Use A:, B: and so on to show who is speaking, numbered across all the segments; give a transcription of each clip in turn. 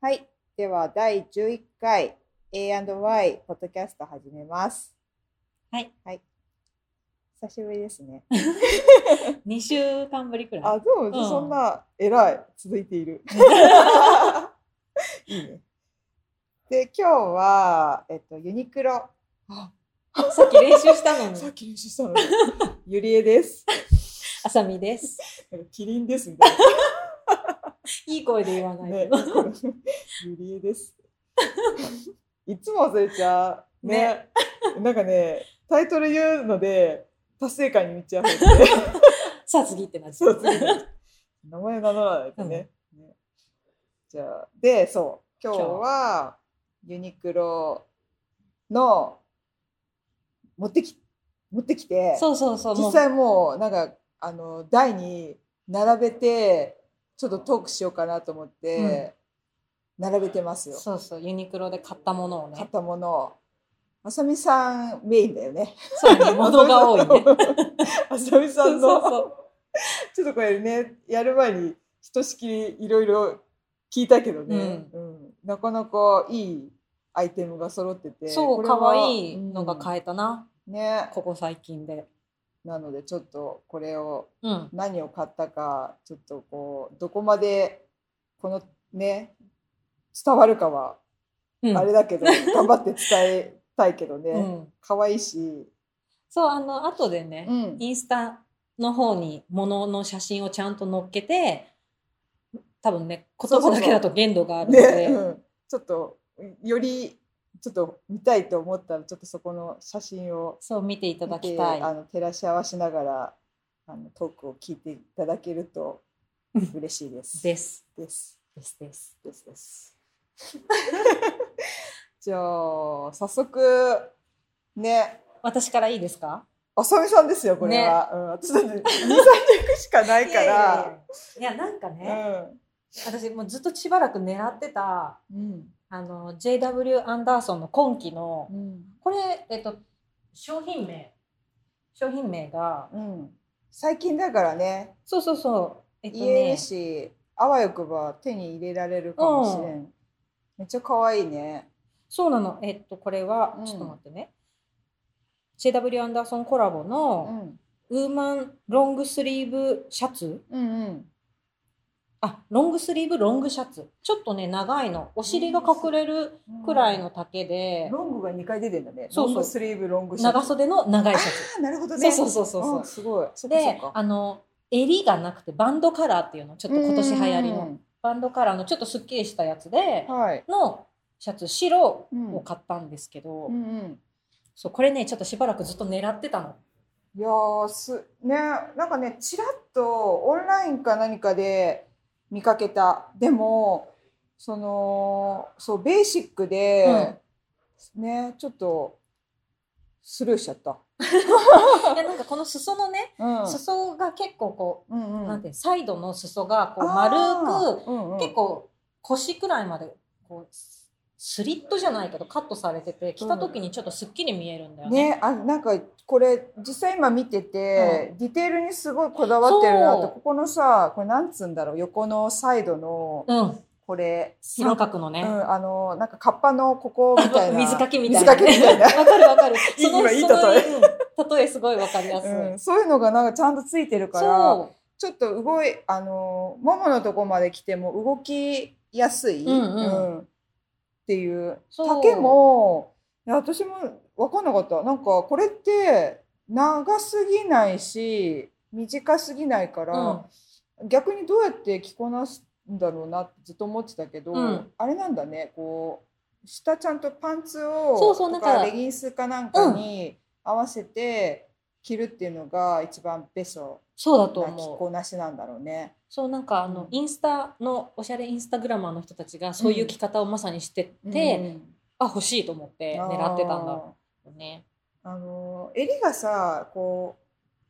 A: はい。では、第11回 A&Y ポッドキャスト始めます。
B: はい。
A: 久しぶりです ね。
B: 2週間ぶりくら
A: あ、
B: い。
A: でも、
B: ん
A: そんな、偉い。続いてい る。いいね。で、今日は、えっと、ユニクロ。
B: さっき練習した の
A: さっ
B: に、
A: き練習したのに。ゆりえ です。
B: あさみです。
A: キリンですみたいな。
B: いい声で言わない
A: ね
B: と。、
A: ゆりえです。 いつも忘れちゃう。ね。 なんかね、タイトル言うので、達成感に満ち溢れて。
B: さあ次ってなっちゃ
A: そうう。次の人名前名乗らないとね。ねじゃあ、で、そう、今日はユニクロの持ってき持ってきて、
B: そうそうそう。も
A: 実
B: う
A: 際もうなんかあの台に並べてちょっとトークしようかなと思って、並べてますよ。
B: そうそう、ユニクロで買ったものを
A: 買っ
B: ね。
A: たものを。まさみさんメインだよね。
B: そうね、物 が多いね。。
A: あさみさ
B: そ
A: ん
B: う
A: の
B: そうそ
A: ちょっとこれね、やる前にひとしきりいろいろ聞いたけどね、うんなかなかいいアイテムが揃ってて、
B: う。そう、可愛いのが
A: え、
B: 買えたな。
A: うんね。
B: ここ最近で。
A: なのでちょっとこれを
B: うん。
A: 何を買ったか、ちょっとこうどこまでこのね伝わるかは
B: うん
A: あれだけ ど、頑張って伝えたいけど
B: う
A: ね、
B: ん。
A: 可愛いし、
B: そう、あの、後でね、
A: うん
B: インスタの方に物の写真をちゃんと載っけて、多分ね、
A: そ
B: 言
A: うそうそ
B: 葉
A: う
B: だけだと限度があるの
A: ね、
B: で、
A: うん、ちょっとよりちょっと見たいと思ったらちょっとそこの写真を
B: そう見ていただき
A: 見て
B: たい。
A: あの照らし合わしながらあのトークを聞いていただけると
B: うん
A: 嬉しいです。
B: です。
A: です
B: ですです。
A: ですです。 じゃあ早速ね
B: 私からいいですか
A: あさみさんですよこれは。うん、私だって23着しかないから。
B: いやいやいやいやなんかね、
A: うん
B: 私もうずっとしばらく狙ってた
A: うん
B: あの JW アンダーソンの今期の
A: うん
B: これ、えっと、商品名商品名が
A: うん、最近だからね
B: そうそうそうえっと
A: 家
B: ね
A: るし、あわよくば手に入れられるかもしれん。めっちゃ可愛いね。
B: そうなのえっとこれは、
A: うん
B: ちょっと待ってね JW アンダーソンコラボ
A: う
B: の、
A: ん、
B: ウーマンロングスリーブシャツ
A: うん、うん。
B: あロングスリーブロングシャツちょっとね長いのお尻が隠れるくらいの丈で、
A: ロングが2回出てんだね。
B: そうそう
A: ロングスリーブ、ロングシャツ
B: 長袖の長いシャツ
A: あーなるほど
B: そ
A: ね。
B: うそうそうそうそう
A: あすごい。そっかそっ
B: で
A: か
B: あの襟がなくてバンドカラーっていうのちょっと今年流行りの。バンドカラーのちょっとすっきりしたやつで
A: うんはい。
B: のシャツ白を買ったんですけど、
A: うんうん。
B: そうこれねちょっとしばらくずっと狙ってたの
A: いやーすねなんかねちらっとオンラインか何かで見かけたでもそのそうベーシックで、ねちょっとスルーしちゃった。
B: いやなんかこの裾のね、
A: うん
B: 裾が結構こ
A: うん
B: う、
A: うん、
B: なんていうのサイドの裾がこう
A: あ
B: 丸
A: ー、うんうん
B: く結構腰くらいまでこうスリットじゃないけどカットされてて着た時にちょっとすっきり見えるんだよね。
A: ね、あなんかこれ実際今見てて、ディテールにすごいこだわってるなって
B: そう
A: ここのさこれなんつうんだろう横のサイドの
B: うん、
A: これ
B: 三角のね、
A: うん、あのなんかカッパのここみたいな
B: 水かけみた
A: 水
B: いな
A: かけみたい な
B: わかる わかる。
A: いい今いい例え
B: そのうん例えすごいわかりやすい。
A: うん、そういうのがなんかちゃんとついてるから
B: そ
A: ちょっと動いあのもものとこまで来ても動きやすい、
B: うんうん
A: っていう
B: そう
A: 丈もいや私も分かんなかったなんかこれって長すぎないし短すぎないか
B: う。
A: ら、
B: うん、
A: 逆にどうやって着こなすんだろうなってずっと思ってたけど、
B: うん
A: あれなんだねこう下ちゃんとパンツを
B: そうそうなんか
A: とレギンスかなんかに合わせて着るっていうのが一番ベスト
B: そうだ
A: な
B: と
A: 着
B: 思う。
A: こなしなんだろうね。
B: そうなんかあの、
A: うん
B: インスタのおしゃれインスタグラマーの人たちがそういう着方をまさにしてて、あ欲しいと思って
A: うん
B: 狙ってたんだろうね。
A: あの襟がさこ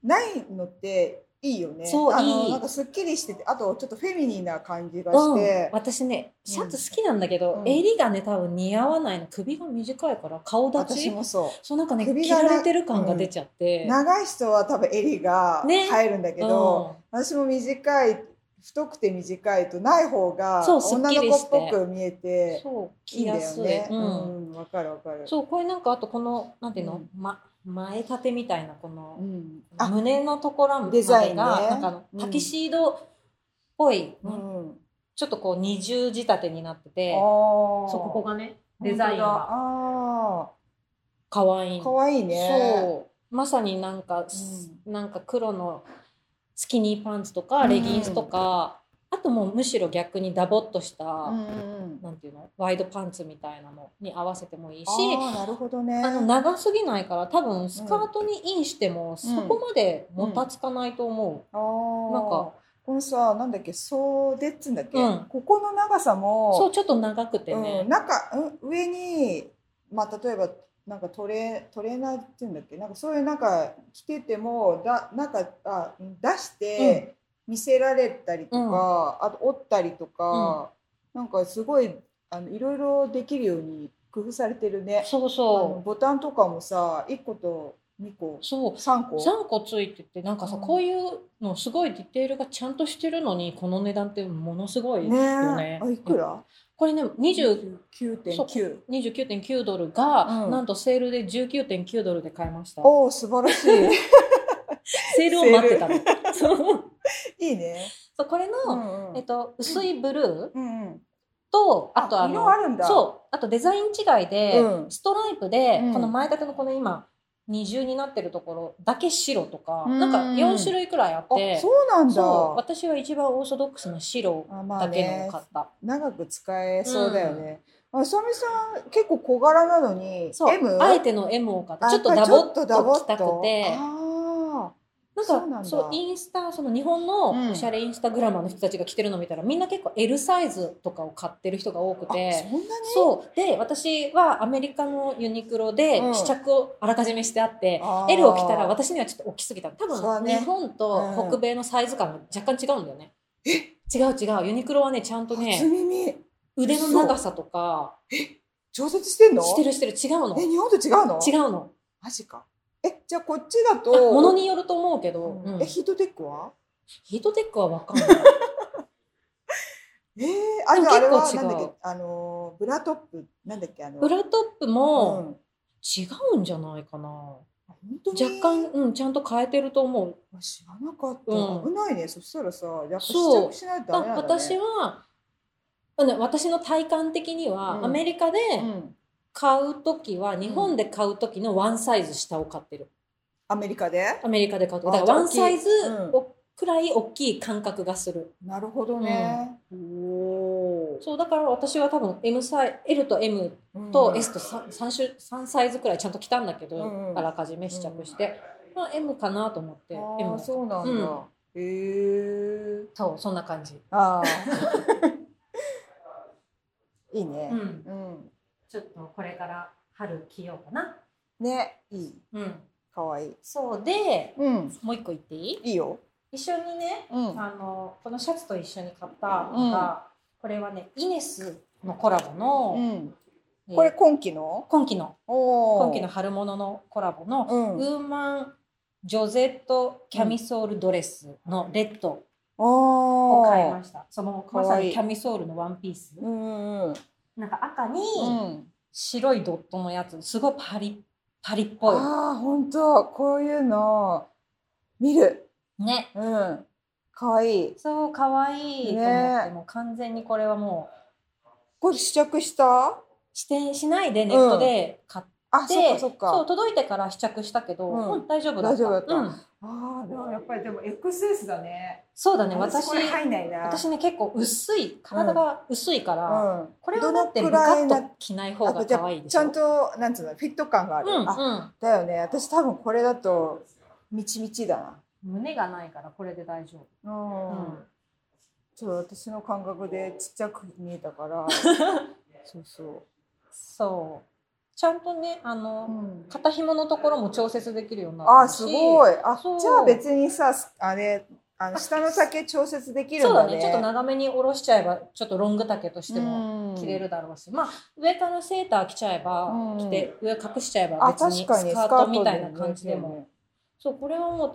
A: うないのっていいよね。
B: そう
A: あの
B: いい
A: なんかすっきりしててあとちょっとフェミニーな感じが
B: う
A: し
B: ん
A: て、、
B: 私ねシャツ好きなんだけど、
A: うん
B: 襟がね多分似合わないの首が短いから顔立
A: 私
B: ち
A: もそう。
B: そうなんかね
A: 首
B: 着
A: がな
B: られてる感が出ちゃって、
A: 長い人は多分襟が
B: ね
A: 入るんだけど、
B: うん
A: 私も短い太くて短いとない方が
B: そうすっ
A: 女
B: き
A: の
B: り
A: 子
B: し
A: ってぽく見えて
B: そ
A: い
B: う、
A: い
B: 着
A: んだ
B: や
A: よ
B: すい。
A: ね。う
B: うん。
A: ん、わかるわかる。
B: そう、これなんかあとこの、なんていうの、
A: うん
B: ま、前立てみたいな、この、
A: うん。あ、
B: 胸のところまで
A: デザ
B: が、
A: インね
B: なんかあの
A: うん
B: タキシードっぽい、
A: うん。
B: ちょっとこう二重仕立てになってて、
A: ああ。
B: そうここがね、デザインが
A: 本当だあ
B: 可愛い
A: あ、かわいいね。
B: そう、まさになんか、なんか黒のスキニーパンツとか、
A: うん
B: レギンスとか、あともうむしろ逆にダボっとした、
A: うんうんうん。
B: なんていうの、ワイドパンツみたいなのに合わせてもいいし、
A: ああ、なるほどね。
B: あの長すぎないから多分スカートにインしてもそこまでもたつかないと思
A: あー
B: なんか
A: このさなんだっけ袖っつうんだっけ、
B: うん
A: ここの長さ
B: う、そ
A: も
B: うちょっと長くてね、
A: うん、なんか、うん、上に、まあ、例えばなんかトレトレーナーっていうんだっけなんかそういうなんか着ててもだなんかあ出して見せられたりとか、あと折ったりとか、なんかすごいあのいろいろできるように工夫されてるね。
B: そう
A: あの
B: そ
A: ボタンとかもさ1個と2個
B: うそう
A: 3個。
B: 3個ついててなんかさ、
A: うん
B: こういうのすごいディテールがちゃんとしてるのにこの値段ってものすごいよ
A: ね
B: ね。
A: あいくら
B: これね20
A: ?29.9。
B: 29.9ドルが、
A: うん
B: なんとセールで19.9ドルで買いました
A: おお素晴らしい。
B: セールを待ってたのそう
A: いいね。
B: そうこれの、
A: ん
B: えっと、薄いブルー
A: うんうん。
B: とあと
A: あ
B: あの
A: 色あるんだ
B: そうあとデザイン違いで、
A: うん
B: ストライプで、
A: うん
B: この前立てのこの今二重になってるところだけ白とか、
A: うん
B: なんか4種類くらいあっ
A: あ
B: て
A: そうなんだ。
B: そう私は一番オーソドックスな白
A: あまあ
B: だけの
A: ね
B: を買った、
A: 長く使えそうだよね。あさみさん結構小柄なのに
B: そう
A: M
B: あえての M を買った
A: あ
B: ちょっとダボっと着たくて
A: あ
B: なん
A: そうなん
B: か
A: だ
B: そうインスタその日本
A: うん
B: のおしゃれインスタグラマーの人たちが着てるの見たら、みんな結構 L サイズとかを買ってる人が多く
A: やっぱ
B: て
A: りちょっとあそんなに
B: そうで私はアメリカのユニクロで
A: うん
B: 試着をあらかじめしてあって、
A: あー
B: L を着たら私にはちょっと大きすぎた多
A: そうだ
B: 分、
A: ね
B: 日本と北米のサイズ感が若干違うんだよね、違う違うユニクロはねちゃんと
A: 初
B: ね
A: 耳
B: 腕の長さとか
A: 調節してんの？
B: してるしてる違うの
A: え
B: 違
A: 日本と違うの？
B: うの
A: マジか。えじゃあこっちだ
B: あ
A: と
B: ものによると思うけど、
A: うん
B: うん
A: えヒートテックは？
B: ヒートテックは分かんない
A: えー、あ
B: で
A: じ
B: も
A: ゃああれは
B: 結構
A: なん
B: 違う
A: だっけあのーブラトップなんだっけあの
B: ブラトップ
A: う
B: も
A: ん
B: 違うんじゃないかな、
A: 本当に
B: 若干、うん、ちゃんと変えてると思う
A: あ知らなかった、
B: うん
A: 危ないねそしたらさやっぱ試
B: そう
A: 着しないと
B: だ
A: ダメなんだ、ね、
B: 私はあの私の体感的には、
A: うん
B: アメリカで
A: うん、
B: 買う時は日本で買う時のワンサイズ下を買ってる
A: アメリカで
B: アメリカで買う時
A: あ
B: だからワンサイズ
A: じゃあ大きいうん
B: おくらい大きい感覚がする
A: なるほどね、お
B: そうだから私は多分 M サイ L と M
A: ー
B: と S と 3, 三種三サイズくらいちゃんと着たんだけど、
A: うんうん
B: あらかじめ試着して、まあ、M かなと思って
A: あ
B: M
A: ー
B: を
A: そうなんだ、
B: うん
A: へえ
B: そうそんな感じ、
A: ああ いいね
B: うん、
A: うん、
B: ちょっとこれから春着ようかな
A: ねいい
B: うん
A: かわいい
B: そうで
A: うん
B: もう一個言っていい
A: いいよ
B: 一緒にね
A: うん
B: あのこのシャツと一緒に買ったのが、これはねイネスのコラボの、
A: うん
B: えー
A: これ今期の
B: 今期の
A: おー
B: 今期の春物のコラボの、
A: うん
B: ウーマンジョゼットキャミソールドレスのレッドを
A: お
B: 買い
A: ー
B: ました、その
A: か
B: ま
A: わ
B: さ
A: いい
B: にキャミソールのワンピース、
A: うんうんうん
B: なんか赤に
A: うん
B: 白いドットのやつすごいパリパリっぽ
A: ああ本当こういうの見る
B: いね
A: うん可愛い
B: そう可愛いと思って、
A: ね
B: もう完全にこれはもう
A: これ試着した
B: してしないでネットで買っ
A: あ
B: で
A: そっかそっ
B: そ
A: か
B: う届いてから試着したけど、
A: うん
B: もう大丈夫だ
A: 大
B: った
A: 丈夫だった
B: うん
A: ああでもやっぱりでも XS だね
B: そうだね私
A: これ入んないな
B: 私ね結構薄い体が薄いから、
A: うん
B: これはだって
A: どの
B: ブ
A: くら
B: カ
A: い
B: ッ
A: な
B: と着ない方
A: あ
B: が
A: じ
B: 可
A: ゃ
B: 愛い
A: あ
B: で
A: ち
B: しょ
A: ゃんとなんつうのフィット感がある、
B: うん
A: あ
B: うん
A: だよね私多分これだとみちみちだ
B: 胸がないからこれで大丈夫、
A: なう
B: うん
A: ん、ちょっと私の感覚でちっちゃく見えたから そうそ
B: そうちゃんとねあ
A: う、
B: の、
A: うん、
B: 肩紐のところも調節できるようにな
A: あ
B: ってるし
A: すごいあ
B: そう
A: じゃあ別にさすあれあの下の丈調節できる
B: そ
A: ん
B: うだ
A: だね
B: ねちょっと長めに下ろしちゃえばちょっとロング丈としても
A: も
B: 着れるだろうし、まあ上からセーター着ちゃえば、
A: うん
B: 着て上隠しちゃえば
A: あ
B: 別に
A: 確か
B: ス
A: にス
B: カ
A: カ
B: ート
A: ート
B: みたい
A: で
B: な
A: も
B: 感じでも、そうこれはもう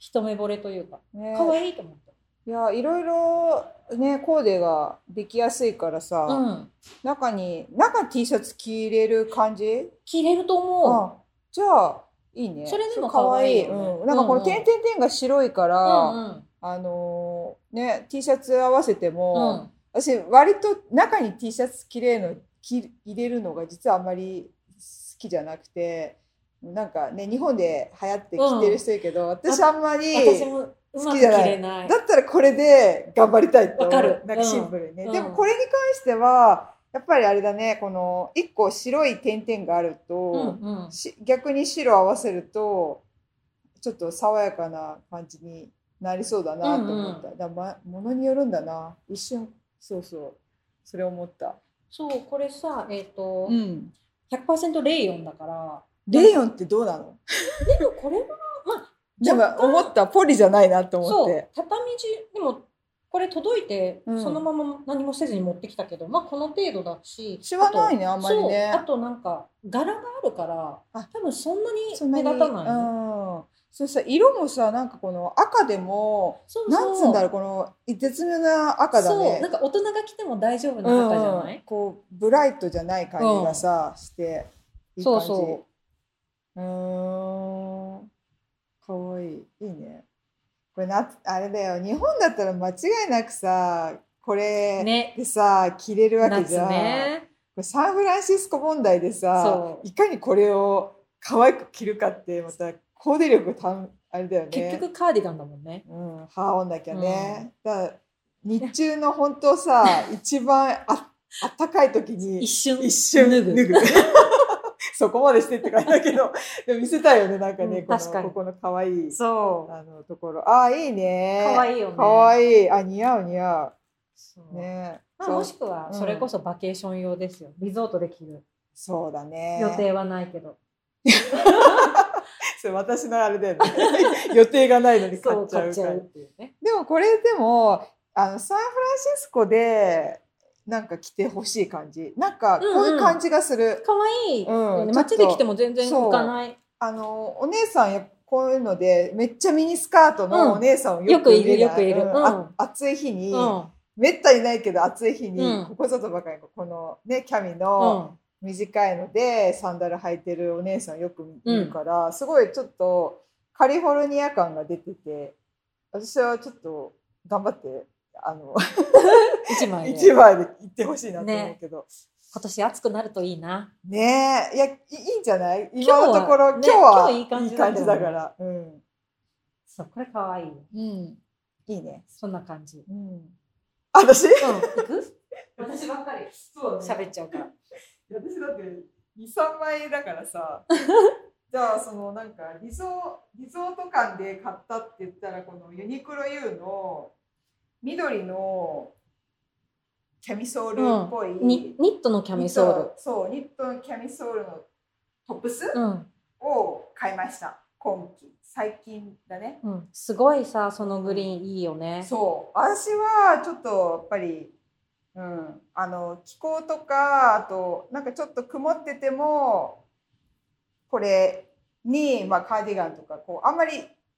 B: 一目惚れというか
A: ね
B: 可愛いと思った、
A: いやいろいろねコーデができやすいからさ、
B: うん。
A: 中に中 T シャツ着れる感じ
B: 着れると思う。
A: あじゃあいいね
B: それでも
A: かわいい
B: 可愛いよね
A: うん、なんかこ
B: う
A: の
B: んうん
A: 点々点が白いから、
B: うんうん。
A: あのーね T シャツ合わせて
B: う
A: も、
B: ん。
A: 私割と中に T シャツ着れるの着入れるのが実はあんまり好きじゃなくてなんかね日本で流行って着てる人いるけど、私あんまり
B: 私もうまく着れない。
A: だったらこれで頑張りたいって思う
B: わかる
A: なんかシンプルにね、
B: うん
A: でもこれに関してはやっぱりあれだねこの1個白い点々がある
B: うん
A: と、
B: うん。
A: し逆に白合わせるとちょっと爽やかな感じになりそうだなと思った、だまものによるんだな一瞬そうそうそれ思った、
B: そう、これさ、えっ、と、
A: ん、
B: 100%レイヨンだから。
A: レイヨンってどうなの
B: でもこれは、まあ、
A: なんか思ったポリじゃないなと思っ
B: そう
A: て、
B: 畳地、でも、これ届いて、
A: うん
B: そのまま何もせずに持ってきたけど、まあ、この程度だし。
A: シワないね
B: と
A: あんまりね
B: そう、あとなんか、柄があるから
A: あ、
B: 多分そんなに
A: そんな
B: 目
A: に
B: 立たない。
A: うんそうさ色もさなんかこの赤でも
B: そうそう
A: なんつうんだろうこの絶妙な赤だ
B: そう、
A: ね
B: なんか大人が着ても大丈夫な赤じゃない、
A: うんこうブライトじゃない感じがさ、していい感じ
B: そうそう
A: ーんかわいいいいねこれなあれだよ日本だったら間違いなくさこれ
B: ね。
A: でさ、着れるわけじ
B: 夏
A: ゃん、
B: ね。
A: これサンフランシスコ問題でさ
B: そ
A: いかにこれを可愛く着るかってまたコーデ力たんあれだよね
B: 結局カーディガンだもんね。
A: うん、羽織んなきゃね、だから日中の本当 さ一番ああったかい時
B: 一
A: に
B: 瞬
A: 一瞬
B: 脱
A: 脱
B: ぐ
A: ぐ そこまでしてって感じだけどでも見せたいよねなんかね、
B: うん
A: こ
B: 確
A: の
B: かに
A: ここの可愛い
B: そう。
A: あのところああいいね
B: 可愛いよね。
A: かわいいあ似合う似合
B: そう
A: うね
B: まあ、
A: そ
B: も
A: う
B: しくは
A: うん
B: それこそバケーション用ですよ。リゾートで着る。
A: そうだね
B: 予定はないけど。
A: それ私のあれだよね 予定がないのに買
B: そ
A: っ
B: う
A: ちゃ
B: 買っ
A: う
B: ち
A: か
B: ゃ
A: ら
B: うっていうね。
A: でもこれでもあのサンフランシスコでなんか着てほしい感じなんかこういう感じがする、
B: 可愛いいよね。
A: うん
B: 街で着ても全然浮かない。
A: あのお姉さんやこういうのでめっちゃミニスカート
B: うん
A: のお姉さんを
B: よ
A: よ
B: く
A: く
B: い
A: 見
B: る
A: ない
B: よくいる
A: うん
B: う
A: あ
B: ん
A: 暑い日に、
B: うん。
A: めったにないけど暑い日に、
B: うん
A: ここぞとばかりこのねキャミ
B: う
A: の
B: ん。
A: 短いのでサンダル履いてるお姉さんよく見るから、すごいちょっとカリフォルニア感が出てて私はちょっと頑張ってあの
B: 一枚
A: 一
B: で。
A: 枚で行ってほしいなと思うけど。
B: 今年暑くなるといいな。
A: ねえ、いや、いいいんじゃない
B: 日は
A: 今のところ、今
B: ね
A: 日は
B: 今日いい感じだっ
A: だ
B: たよね
A: から。うん。
B: そう、これ可愛いい。
A: うん。いいね。
B: そんな感じ。うん。
A: うん。私
B: 行 く私ばっかり。
A: そう
B: 喋っちゃうから。
A: 私だって、2、3枚だから さ。じゃあ、そのなんか、リゾリゾート館で買ったって言ったら、このユニクロ U の緑のキャミソールっぽい、
B: ニニットのキャミソール。
A: ル。そう、ニットのキャミソールのトップス、
B: うん、
A: を買いました今季最近だね
B: うん、すごいさそのグリーンいいよね。
A: そう私はちょっとやっぱり、うん、あの気候とかあとなんかちょっと曇っててもこれに、まあ、カーディガンとかこうあんまり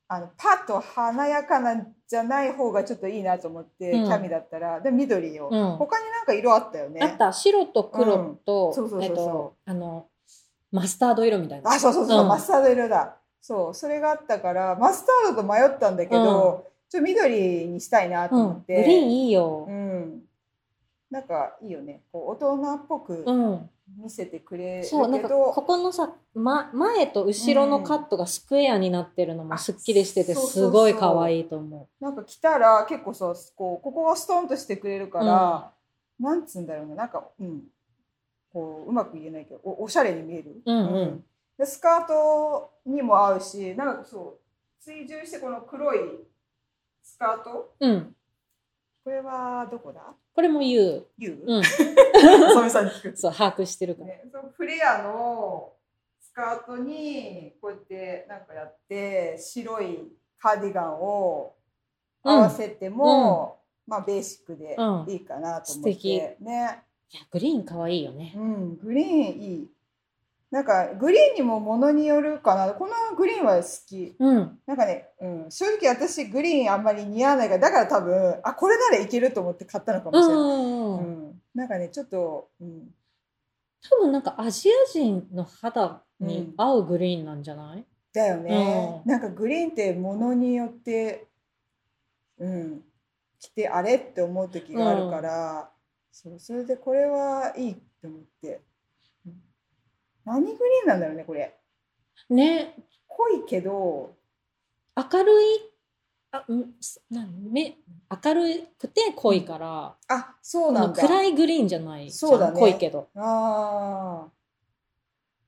A: あのパッと華やかなんじゃない方がちょっといいなと思って、
B: うん
A: キャミだったらで緑を、
B: うん
A: 他になんか色あったよね
B: あった白と黒と、
A: うんそうそうそうそう
B: えっとあのマスタード色みたいな。
A: あそうそうそう、
B: うん
A: マスタード色だそうそれがあったからマスタードと迷ったんだけど、ちょっと緑にしたいなと
B: う
A: 思
B: ん
A: っ、
B: グ
A: て、
B: リーンいいよ
A: う。ん、なんかいいよねこう大人っぽく
B: うん、
A: 見せてくれるけど、
B: そうなんかここのさ、ま、前と後ろのカットがスクエアになってるのもすっきりしてて
A: あそうそう
B: す
A: そう
B: ごい可愛いと思
A: なんか来たら結構さこうここはストンとしてくれるから、なんつうんだろうななんか、うん、こううまく言えないけどおおしゃれに見える、
B: うんうん
A: でスカートにも合うしなんかそう追従してこの黒いスカート
B: う。うん、
A: これはどこだ
B: これも言う。
A: ?You?
B: うん、
A: 浅見さんに聞く
B: そう把握してるから。
A: ね、そのフレアのスカートにこうやってなんかやって白いカーディガンを合わせても、まあベーシックで
B: うん
A: いいかなと思って、
B: 素敵
A: ね、
B: いやグリーン可愛いよね。
A: うん、グリーンいいなんかグリーンにもものによるかなこのグリーンは好き
B: うん。
A: なんかね、うん、正直私グリーンあんまり似合わないからだから多分あこれならいけると思って買ったのかも
B: う
A: しれない、
B: ん。うん。
A: うんなんかねちょっと、うん、
B: 多分なんかアジア人の肌に合うグリーンなんじゃない、
A: だよね、
B: う
A: なんかグリーンってものによってうん着てあれって思う時があるから、そうそれでこれはいいって思って、うん何グリーンなんだろうねこれ
B: ね。
A: 濃いけど
B: 明るい、あ、うん、すなんめ明るくて濃いから、
A: あそう
B: こ
A: な
B: の
A: んだ
B: 暗いグリーンじゃないじゃん。
A: そうだね
B: 濃いけど。
A: ああ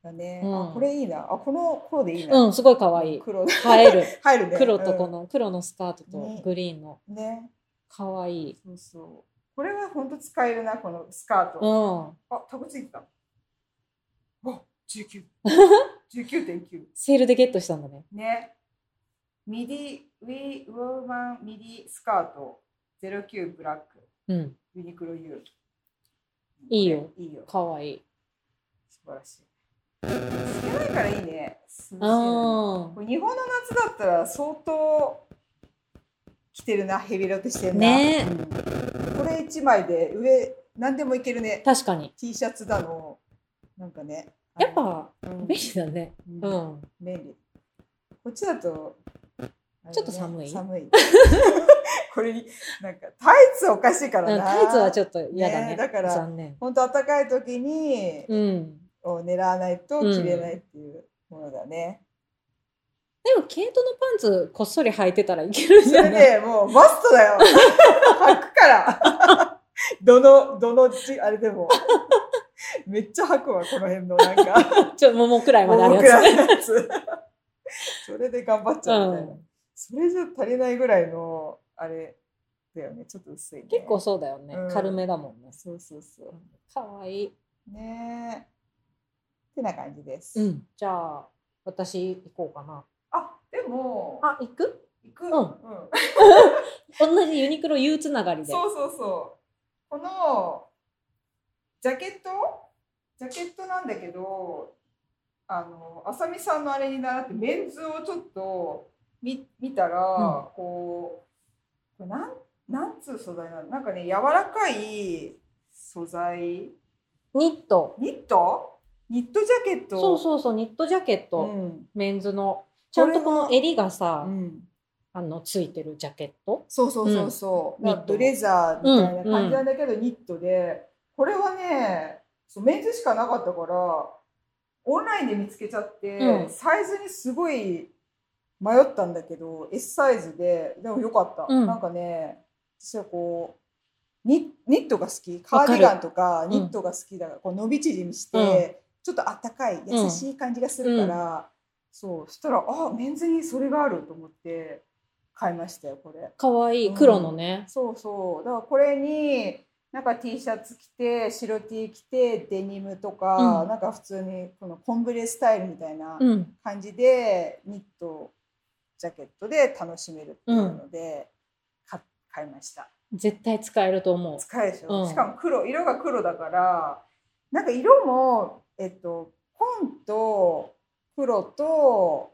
A: だね、
B: うん
A: あこれいいなあこの黒でいいな、
B: うん、すごい可愛い。
A: 黒
B: 映 える。
A: 入るね
B: 黒とこ、の、黒のスカートと
A: ね
B: グリーンの
A: うんね
B: 可愛い。
A: そうそうこれは本当使えるなこのスカート、
B: うん。
A: あ、タグついてた。あ、19。19.9。
B: セールでゲットしたんだね。
A: ね。ミディ、ウィウォーマンミディスカート09ブラック、
B: うん。
A: ユニクロ U。
B: いいよ。
A: いいよ。
B: 可愛い。
A: 素晴らしい。つけないからいいね。涼しいの
B: う
A: にこれ日本の夏だったら相当着てるな、ヘビロテしてんな。
B: ね
A: うんこれ1枚で上、何でもいけるね
B: ん。。確かに。
A: T シャツだの、なんかね。あの
B: やっ、ぱ、
A: うん
B: 便利だね。
A: うん
B: うん。
A: 便利。こっちだと、あれね
B: ちょっと寒い
A: 寒い。 これに、なんかタイツおかしいから
B: うん
A: な。
B: タイツはちょっと嫌だ
A: ね
B: ね。
A: だから
B: 残念。
A: 本当暖かい時に、
B: うん。
A: を狙わないと着れないっていうものだね。
B: でも、毛糸のパンツ、こっそり履いてたらいけるん
A: そ
B: じゃ
A: れ
B: ない
A: ね、もうマストだよ。履くから。 どの、どのじ、あれでも。めっちゃ履くわ、この辺のなんか、
B: ちょ、ももくらいまであ
A: も
B: る
A: もくら
B: や
A: いのや つ。それで頑張っ
B: つ。
A: ち
B: う
A: ゃうみたいな。
B: ん。
A: それじゃ足りないぐらいのあれだよねちょっと薄い、ね、
B: 結構そうだよね
A: う。ん
B: 軽めだもんね。
A: そうそうそ
B: かわいい。
A: うねえってな感じです、
B: うん。じゃあ、私行こうかな。
A: あでも
B: あ、行く
A: 行く、
B: ん
A: うん
B: 同じユニクロ U つながりで。
A: そうそうそうこのジャケットジャケットなんだけどあのあさみさんのあれに習ってメンズをちょっと見見たら、
B: うん
A: こうこれなんなんつう素材なのなんかね柔らかい素材
B: ニット。
A: ニットニットジャケット
B: そうそうそう、ニットジャケッ
A: う
B: ト。
A: ん
B: メンズの。ちゃんとこの襟がさ、
A: うん
B: あの、ついてるジャケット。
A: そうそうそうそう、
B: うん
A: なんか
B: ニット
A: ブレザーみたいな感じなんだけど、ニットでこれはねそうメンズしかなかったからオンラインで見つけちゃって、
B: うん
A: サイズにすごい迷ったんだけど S サイズででもよかった、
B: うん
A: なんかね私はこうニニットが好きカーディガンとか
B: る
A: ニットが好きだから、こう伸び縮みして、
B: うん
A: ちょっとあったかい優しい感じがするから、そうそしたらあメンズにそれがあると思って買いましたよこれ。
B: かわいい。
A: うん
B: 黒のね。
A: そうそうだからこれになんか T シャツ着て白 T 着てデニムとか、
B: うん
A: なんか普通にこのコンブレスタイルみたいな
B: うん。
A: 感じで、ニットジャケットで楽しめるっていうので、か買いました
B: 絶対使えると思う。
A: 使えるでしょ、
B: うん
A: しかも黒色が黒だからなんか色もえっと紺と黒と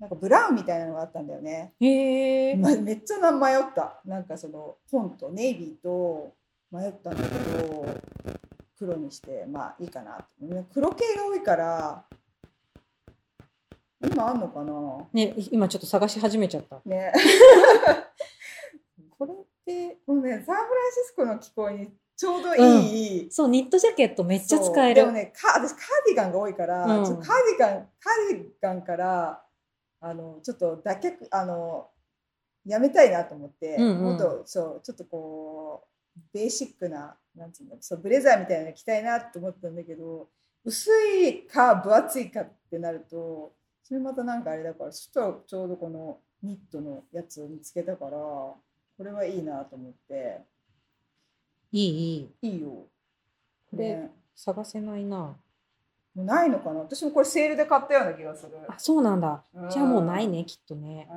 A: なんかブラウンみたいなのがあったんだよね
B: へえ。
A: ま、めっちゃな迷ったなんかその本とネイビーと迷ったんだけど黒にしてまあいいかなと黒系が多いから今あんのかな
B: ね、い今ちょっと探し始めちゃった。
A: ね これってこのねサンフランシスコの気候にちょうどいい、
B: そう、ニットジャケットめっちゃ使
A: そう
B: え
A: でも
B: る。
A: ねか私カーディガンが多いから、
B: うん
A: ちょっとカーディガンカーディガンからあのちょっと脱却あのやめたいなと思って、
B: うんうん
A: もっとそうちょっとこうベーシックななんつうんだろうそうブレザーみたいなの着たいなと思ったんだけど薄いか分厚いかってなるとそれまたなんかあれだからそしたらちょうどこのニットのやつを見つけたからこれはいいなと思って
B: いい、いい。
A: いいよ。
B: これ探せないな。
A: もうないのかな私もこれセールで買ったような気がする。
B: あ、そうなんだ。
A: うん
B: じゃあもうないね、きっとね。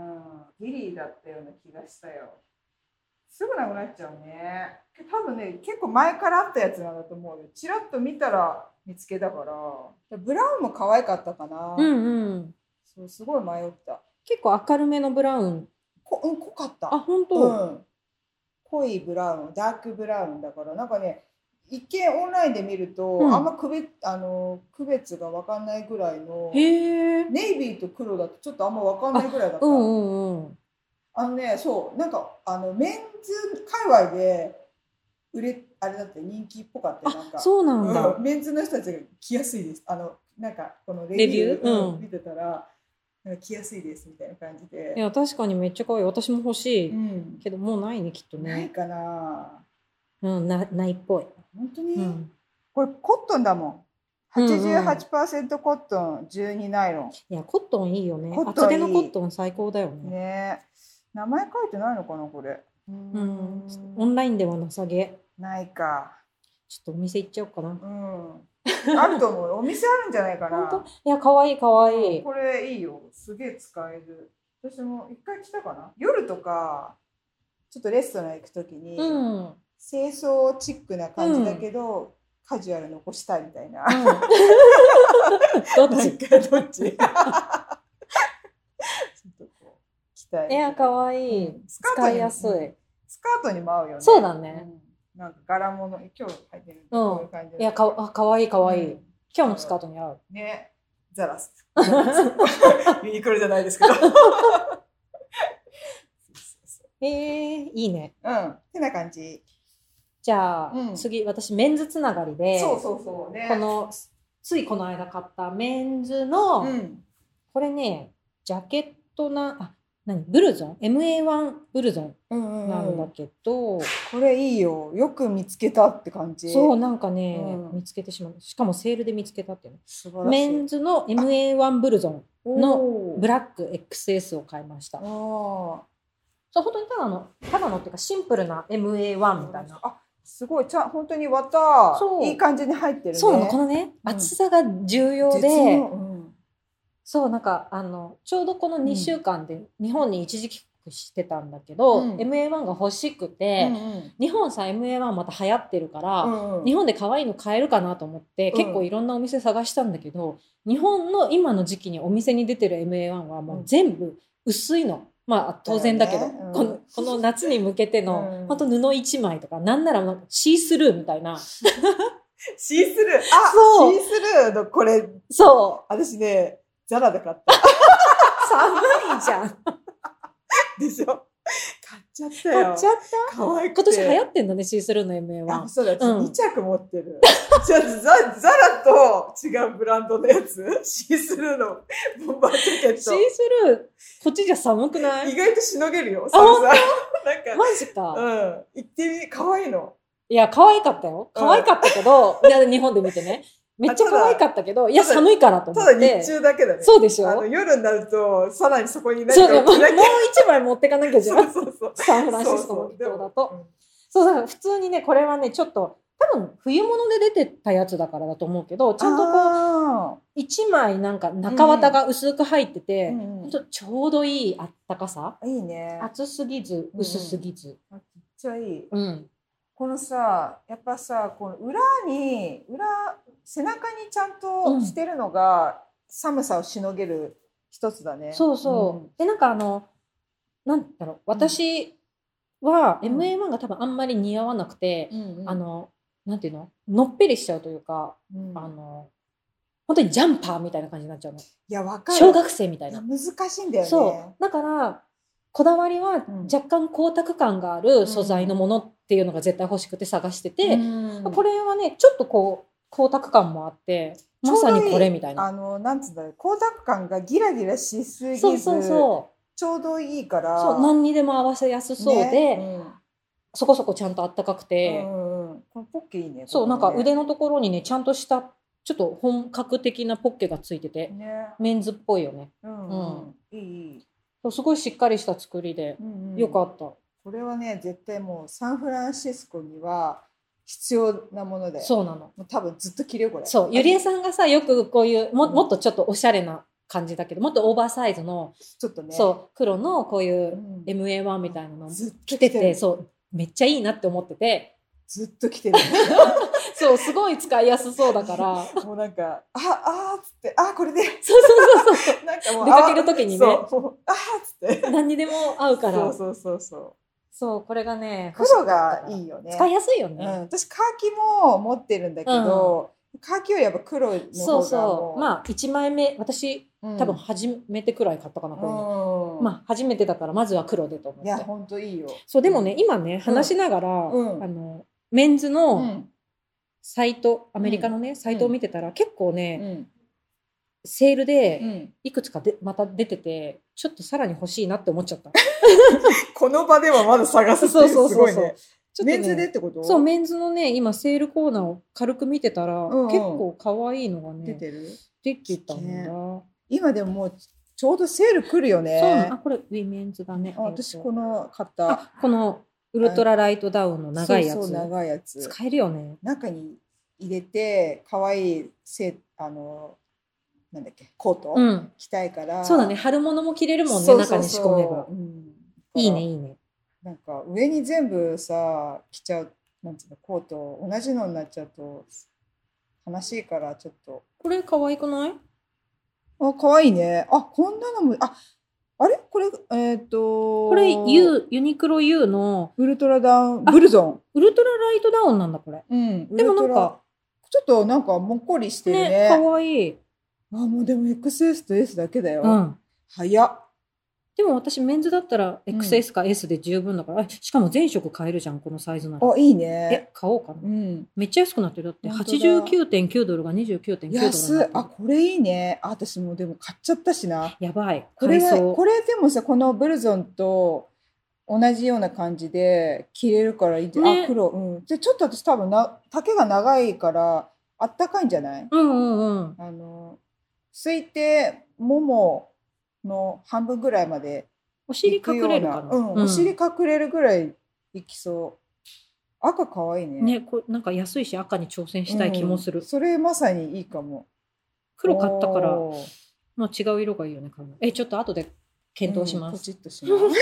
A: うん、ギリだったような気がしたよ。すぐなくなっちゃうね多分ね結構前からあったやつなんだと思うよチラッと見たら見つけたからブラウンも可愛かったかな、
B: うんうん。
A: そうすごい迷った
B: 結構明るめのブラウン。
A: こうん濃かった
B: あ、本
A: う
B: 当。
A: ん、濃いブラウンダークブラウンだからなんかね一見オンラインで見ると、
B: うん
A: あんま区別あの区別が分かんないぐらいの
B: へえ。
A: ネイビーと黒だとちょっとあんま分かんないぐらいだった
B: うんうんうん。
A: あのねそうなんかあのメンズ界隈で売れあれだって人気っぽかったよなんか
B: あ、そうなんだ。
A: うんメンズの人たちが来やすいですあのなんかこのレ
B: レ
A: ビ
B: ビ
A: ュー
B: ュー
A: う
B: うんん
A: 見てたらなんか来やすいですみたいな感じで
B: い、や確かにめっちゃ可愛い私も欲しい、
A: うん、
B: けどもうないねきっと
A: ない
B: ね、
A: かな
B: うん、なないっぽい、
A: 本当に、
B: うん、
A: これコットンだもん
B: うんうん
A: 88%コットン12ナイロ
B: いやコットンいいよね
A: コットンいい
B: 厚手のコットン最高だよ
A: ン
B: ね
A: ねえ名前書いてないのかなこれう
B: うん
A: ーん
B: オンラインではなさげ
A: ないか
B: ちょっとお店行っちゃおうかな
A: うんあると思う お店あるんじゃないかな
B: 本当いや可愛い可愛い
A: これいいよすげえ使える私も一回来たかな夜とかちょっとレストラン行くときに、
B: うん、 うん、
A: 清掃チックな感じだけど、カジュアル残したいみたいな
B: どっ
A: なん
B: ち
A: かどっちちょっとこう着たい
B: いや可愛い、
A: スカートに
B: 使いやすい
A: スカートにも合うよね。
B: そうだね
A: うん。なんか柄物、今日履いてる、
B: うん
A: こういう感じ
B: いやかあ可愛い可愛い、
A: うん
B: 今日のスカートに合う
A: ね、ザラス。 ユニクロじゃないですけど。そうそうそ
B: えー、いいね
A: ううん、てな感じ。
B: じゃあ、
A: うん
B: 次私メンズつながりで
A: そうそうそうね。
B: このついこの間買ったメンズの、
A: うん、
B: これねジャケットなあ何ブルゾン MA1 ブルゾン
A: うんうんうん
B: なんだけど、
A: これいいよ。よく見つけたって感じ。
B: そうなんかね、
A: うん
B: 見つけてしまうしかもセールで見つけたっていう
A: 素
B: の
A: 晴らし
B: メ
A: い。
B: ンズの MA1 ブルゾンの
A: おー
B: ブラック XS を買いました
A: あ
B: そう本当にただのただのっていうかシンプルな MA1
A: ー
B: みたいな、
A: あ、すごい。ちゃん本当に綿
B: そう
A: いい感じに入ってるね。
B: そうなのこのね
A: うん
B: 厚さが重要で、
A: 絶妙うん
B: そうなんかあのちょうどこの
A: うん
B: 2週間で日本に一時帰国してたんだけど、
A: うん
B: MA1 が欲しく
A: う
B: て、
A: ん
B: 日本さ MA1 また流行ってるから、
A: うんうん
B: 日本で可愛いの買えるかなと思って、
A: うん
B: 結構いろんなお店探したんだけど日本の今の時期にお店に出てる MA1 はもう全部薄いの。まあ当然だけど
A: だよねうん
B: このこの夏に向けての、
A: うん
B: ほんと布1枚とかなんならなんかシースルーみたいな
A: シースルー。あ、
B: そう
A: シースルーのこれ、
B: そ
A: 私ね、ザラで買った。
B: う寒いじゃん
A: でしょ買っちゃったよ。
B: 買っちゃっ
A: 可
B: た
A: 愛
B: 今
A: くて
B: 年流行ってんだねシースルーの MA1
A: あ、そうだ、
B: うん
A: 2着持ってる。 じゃあザ、ザラと違うブランドのやつ シースルーのボンバージャケッ
B: シ
A: ト
B: ー。スルー、こっちじゃ寒くない
A: 意外としのげるよ、寒さ。なんか、
B: マジか。
A: うん。行ってみ、可愛いの。
B: いや、可愛かったよ。
A: うん
B: 可愛かったけど、いや日本で見てね。めっちゃ
A: あただ
B: 可愛かったけど、いや、
A: ただ
B: 寒いからと思
A: た
B: っ
A: だ
B: て
A: 日。中だけだね。
B: そうでし
A: あの
B: ょ
A: 夜になると、さらにそこに
B: そうだ
A: 何
B: よ。も
A: か
B: う
A: 着なきゃ。
B: 一枚持ってかなきゃじゃ。
A: そうんそうそう。
B: サンフランシスコの今日だと。そうだから普通にね、これはね、ちょっと、多分冬物で出てたやつだからだと思うけど、ち
A: ちゃ
B: ゃ
A: ん
B: ん
A: と
B: と
A: こ
B: こ
A: う
B: う、一枚なんか中綿が薄く入ってて、
A: うん
B: ほんとちょうどいいあったかさ。
A: いいね。
B: 厚すぎず、薄すぎず。
A: めっちゃいい。
B: うん
A: このさ、やっぱさ、この裏に、裏、背中にちゃんとしてるのが、寒さをしのげる一つだね。
B: そうそう。で、なんかあの、なんだろう、私は、
A: うん
B: MA1 が多分あんまり似合わなくて、
A: うん。うんうん
B: あ、の、なんていうののっぺりしちゃうというか、
A: うん
B: あの、本当にジャンパーみたいな感じになっちゃうの。
A: いや、わかる。
B: 小学生みたい
A: いや
B: な。
A: 難しいんだよね。
B: そう。だから、こだわりは
A: ん
B: 若干光沢感がある素材のものっていうのが絶対欲しくて探してて、
A: うん
B: これはね、ちょっとこう、光沢感もあって、まさにこれみたいな。
A: あの、なんつうんだろう、光沢感がギラギラしすぎず、
B: そうそうそう。
A: ちょうどいいから。
B: そう何にでも合わせやすそうで、
A: ね
B: そこそこちゃんとあったかく
A: うん
B: て、
A: うんうんこのポッケいいね。
B: そう、
A: こ
B: なん
A: こ
B: か
A: ね
B: 腕のところにね、ちゃんとした、ちょっと本格的なポッケがついてて、
A: ね。
B: メンズっぽいよね。
A: うん
B: う
A: う
B: ん
A: ん。いいいい。
B: そうすごいしっかりした作りで、
A: うんうん
B: よかった。
A: これはね絶対もうサンフランシスコには必要なもので
B: そうなの。
A: もう多分ずっと着るよこれ
B: そう、ゆりえ
A: ち
B: さんがさ、よくこういう、も
A: うん
B: もっとちょっとおしゃれな感じだけど、もっとオーバーサイズの、
A: ょっとね
B: そう、黒のこういう
A: うん
B: MA1 みたいなの
A: ずっと
B: 着てて、
A: る
B: そう、めっちゃいいなって思ってて
A: ずっと来てる。
B: そうすごい使いやす そうだから
A: もうなんか、あ、あーっつって、あ、これで、
B: そうそうそうそ
A: なんかもう。
B: 出かける時にね
A: あそうもうあーっつって。
B: う何にでも合うから
A: そ
B: そうう
A: そうそうそう。
B: これがね
A: 黒がい
B: い
A: いよね。
B: 使いやすいよ
A: うん、
B: ね、
A: 私カーキも持ってるんだけど、カーキよりやっぱ黒の方がも
B: そうそうまあ1枚目私
A: うん
B: 多分初めてくらい買ったかな、こういうの
A: うん、
B: まあ初めてだからまずは黒でと思
A: いや
B: って
A: 本当いいよ。
B: そうでもね今ね話しながら、
A: うん
B: あのメンズの、
A: うん
B: サイトアメリカのね、サイトを見てたら結構
A: う
B: ね、
A: ん
B: セール
A: う
B: で
A: ん、
B: いくつかでまた出ててちょっとさらに欲しいなって思っちゃった
A: この場ではまだ探すってい
B: そううそうそうそう
A: すごいね。
B: ちょっとね
A: メンズでってこと
B: そうメンズのね今セールコーナーを軽く見てたら、
A: うんうん
B: 結構可愛いのが
A: 出
B: ね
A: てる
B: できたんだ、
A: ね
B: そ
A: 今でももうちょうどセール来るよ
B: うな
A: ね
B: のあ。これウィメンズだね
A: あ
B: えっと
A: 私この買った
B: あこのウルトラライトダウンの長いやつ
A: そうそう長いやつ
B: 使えるよね
A: 中に入れて可愛いせあのなんだっけコート、
B: うん
A: 着たいから
B: そうだね春物も着れるもんね
A: そうそうそう
B: 中に仕込めば
A: うん
B: いいねいいね
A: なんか上に全部さ着ちゃうなんていうのコート同じのになっちゃうと悲しいからちょっと
B: これ可愛くない
A: あ可愛いねあこんなのもああれこれえっ、と
B: これ U ユニクロ U の
A: ウルトラダウン
B: あ
A: ブルゾン
B: ウルトラライトダウンなんだこれ。
A: うん
B: でもなん
A: ウルト
B: か
A: ラちょっとなんかもっこりしてるね
B: ね、可愛いい。
A: あもうでも XS と S だけだよ、
B: うん。
A: 早っ
B: でも私メンズだったら
A: うん
B: XS か S で十分だから、あしかも全色買えるじゃんこのサイズなら。
A: あいい
B: え
A: ね。
B: 買おうかな
A: う。ん。
B: めっちゃ安くなってるだって
A: 本当
B: 八
A: だ
B: 十九点九ドルが二十九点九ドルに
A: 安
B: ないって。る
A: あこれいいね。あ私もうでも買っちゃったしな。
B: やばい。
A: これ
B: 買いそう
A: はこれでもさこのブルゾンと同じような感じで着れるからいいじゃん。
B: ね
A: あ黒うん。でちょっと私多分な丈が長いからあったかいんじゃない？
B: うんうんうん。
A: あの推定ももの半分ぐらいまで
B: お尻
A: 行くよ
B: 隠
A: う
B: れる
A: な
B: かな。
A: うん、お尻隠れるぐらいいきそう。赤可愛いね。
B: ね、こうなんか安いし赤に挑戦したい気もする。
A: うんそれまさにいいかも。
B: 黒買ったから、
A: おー
B: まあ違う色がいいよね。買うのえ、ちょっと後で検討しま
A: うんポ
B: す。
A: チッとします。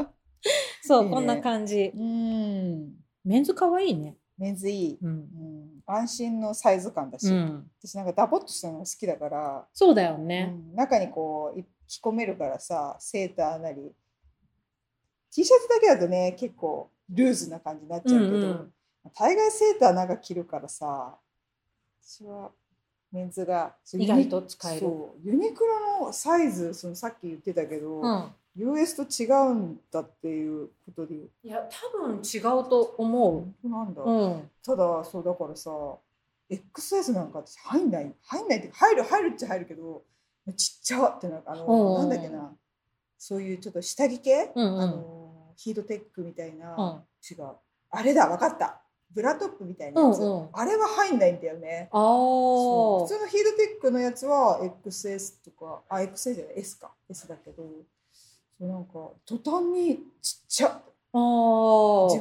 B: そう
A: いいね
B: こんな感じ。
A: うん。
B: メンズ可愛いね。
A: メンズいい。
B: うん
A: う。ん、安心のサイズ感だし、
B: うん、
A: 私なんかダボっとしたの好きだから、
B: そうだよね。
A: うん中にこうい着込めるからさ、セーターなり。T シャツだけだとね、結構ルーズな感じになっちゃうけど、
B: うんうん
A: 大概セーターなんか着るからさ、私はメンズが
B: 意外と使える
A: そうユニクロのサイズ、そのさっき言ってたけど、
B: うん。
A: US と違うんだっていうことで
B: いや、多分違うと思
A: 本当なんだ、
B: う。うん。
A: ただそうだからさ XS なんか私入んない入んないっていうか入る入るっちゃ入るけどちっちゃってなんかあの
B: う
A: なんんだっけなそういうちょっと下着系、
B: うんうん
A: あのヒートテックみたいな、
B: うん。
A: 違うあれだわかったブラトップみたいなやつ、
B: うんうん
A: あれは入んないんだよね
B: あ
A: そう
B: あ
A: 普。通のヒートテックのやつは XS とかあ XS じゃない S か S だけどそうなんか途端にちっちゃ
B: あ
A: 自
B: あ。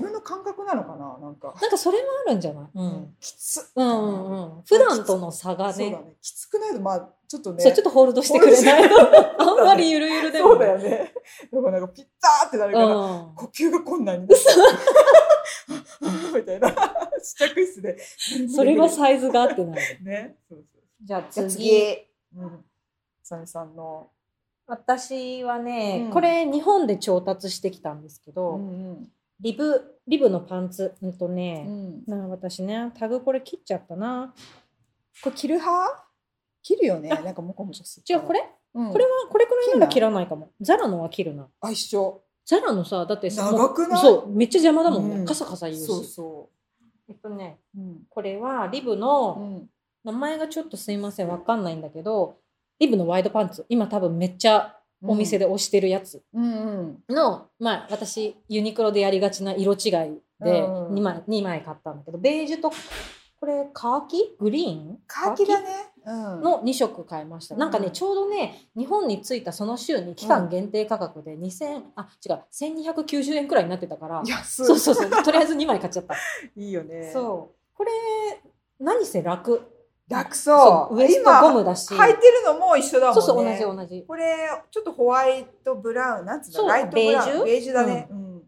A: 分の感覚なのかななんか
B: なんかそれもあるんじゃない。うん。
A: きつっ
B: うんうんうん。普段との差が
A: そう
B: ね
A: だ。ねきつくないとまあちょっとね
B: そう、ちょっとホールドしてくれない
A: ホールド
B: と。 あんまりゆるゆるでも。
A: そうだよねだからなんかピッターってなる
B: う
A: から、
B: ん。
A: 呼吸が困難になるみたいな試着室で
B: それがサイズがあってない。
A: ねそうそう
B: じゃあ
A: じゃあ次うんさみさんの
B: 私はね、
A: うん
B: これ日本で調達してきたんですけど、
A: ん
B: リブ、リブのパンツ、うんと
A: う
B: ね、
A: ん
B: なあ私ねタグこれ切っちゃったな
A: これ着る派着るよねなんかもこもこする
B: 違うこれ、
A: うん
B: これはこれくらいなら切
A: 切
B: らないかもザラのは切るな
A: あ一緒
B: ザラのさだってさもう
A: 長くない
B: そうめっちゃ邪魔だもんね、
A: うん
B: カサカサ言うし
A: そうそ
B: えっとね
A: ううん
B: これはリブ
A: う
B: の、
A: ん
B: 名前がちょっとすいませんわかんないんだけどリブのワイドパンツ今多分めっちゃお店で押してるやつ
A: うんうん
B: の、まあ私ユニクロでやりがちな色違いで
A: うん
B: 2枚二枚買ったんだけどベージュとこれカーキグリーン
A: カーキだねうん
B: の2色買いました、
A: うん
B: なんかねちょうどね日本に着いたその週に期間
A: うん
B: 限定価格で2000あ違う1290円くらいになってたから
A: 安い
B: そうそうそうとりあえず2枚買っちゃった、
A: いいよね
B: そうこれ何せ楽
A: 楽そう
B: ウエストゴムだし
A: 今履いてるのも一緒だもん
B: そ
A: ね
B: うそう同じ同じ
A: これちょっとホワイトブラウンなんつう
B: そう
A: のライトブラウン
B: ベージュ
A: ベージュだね、うん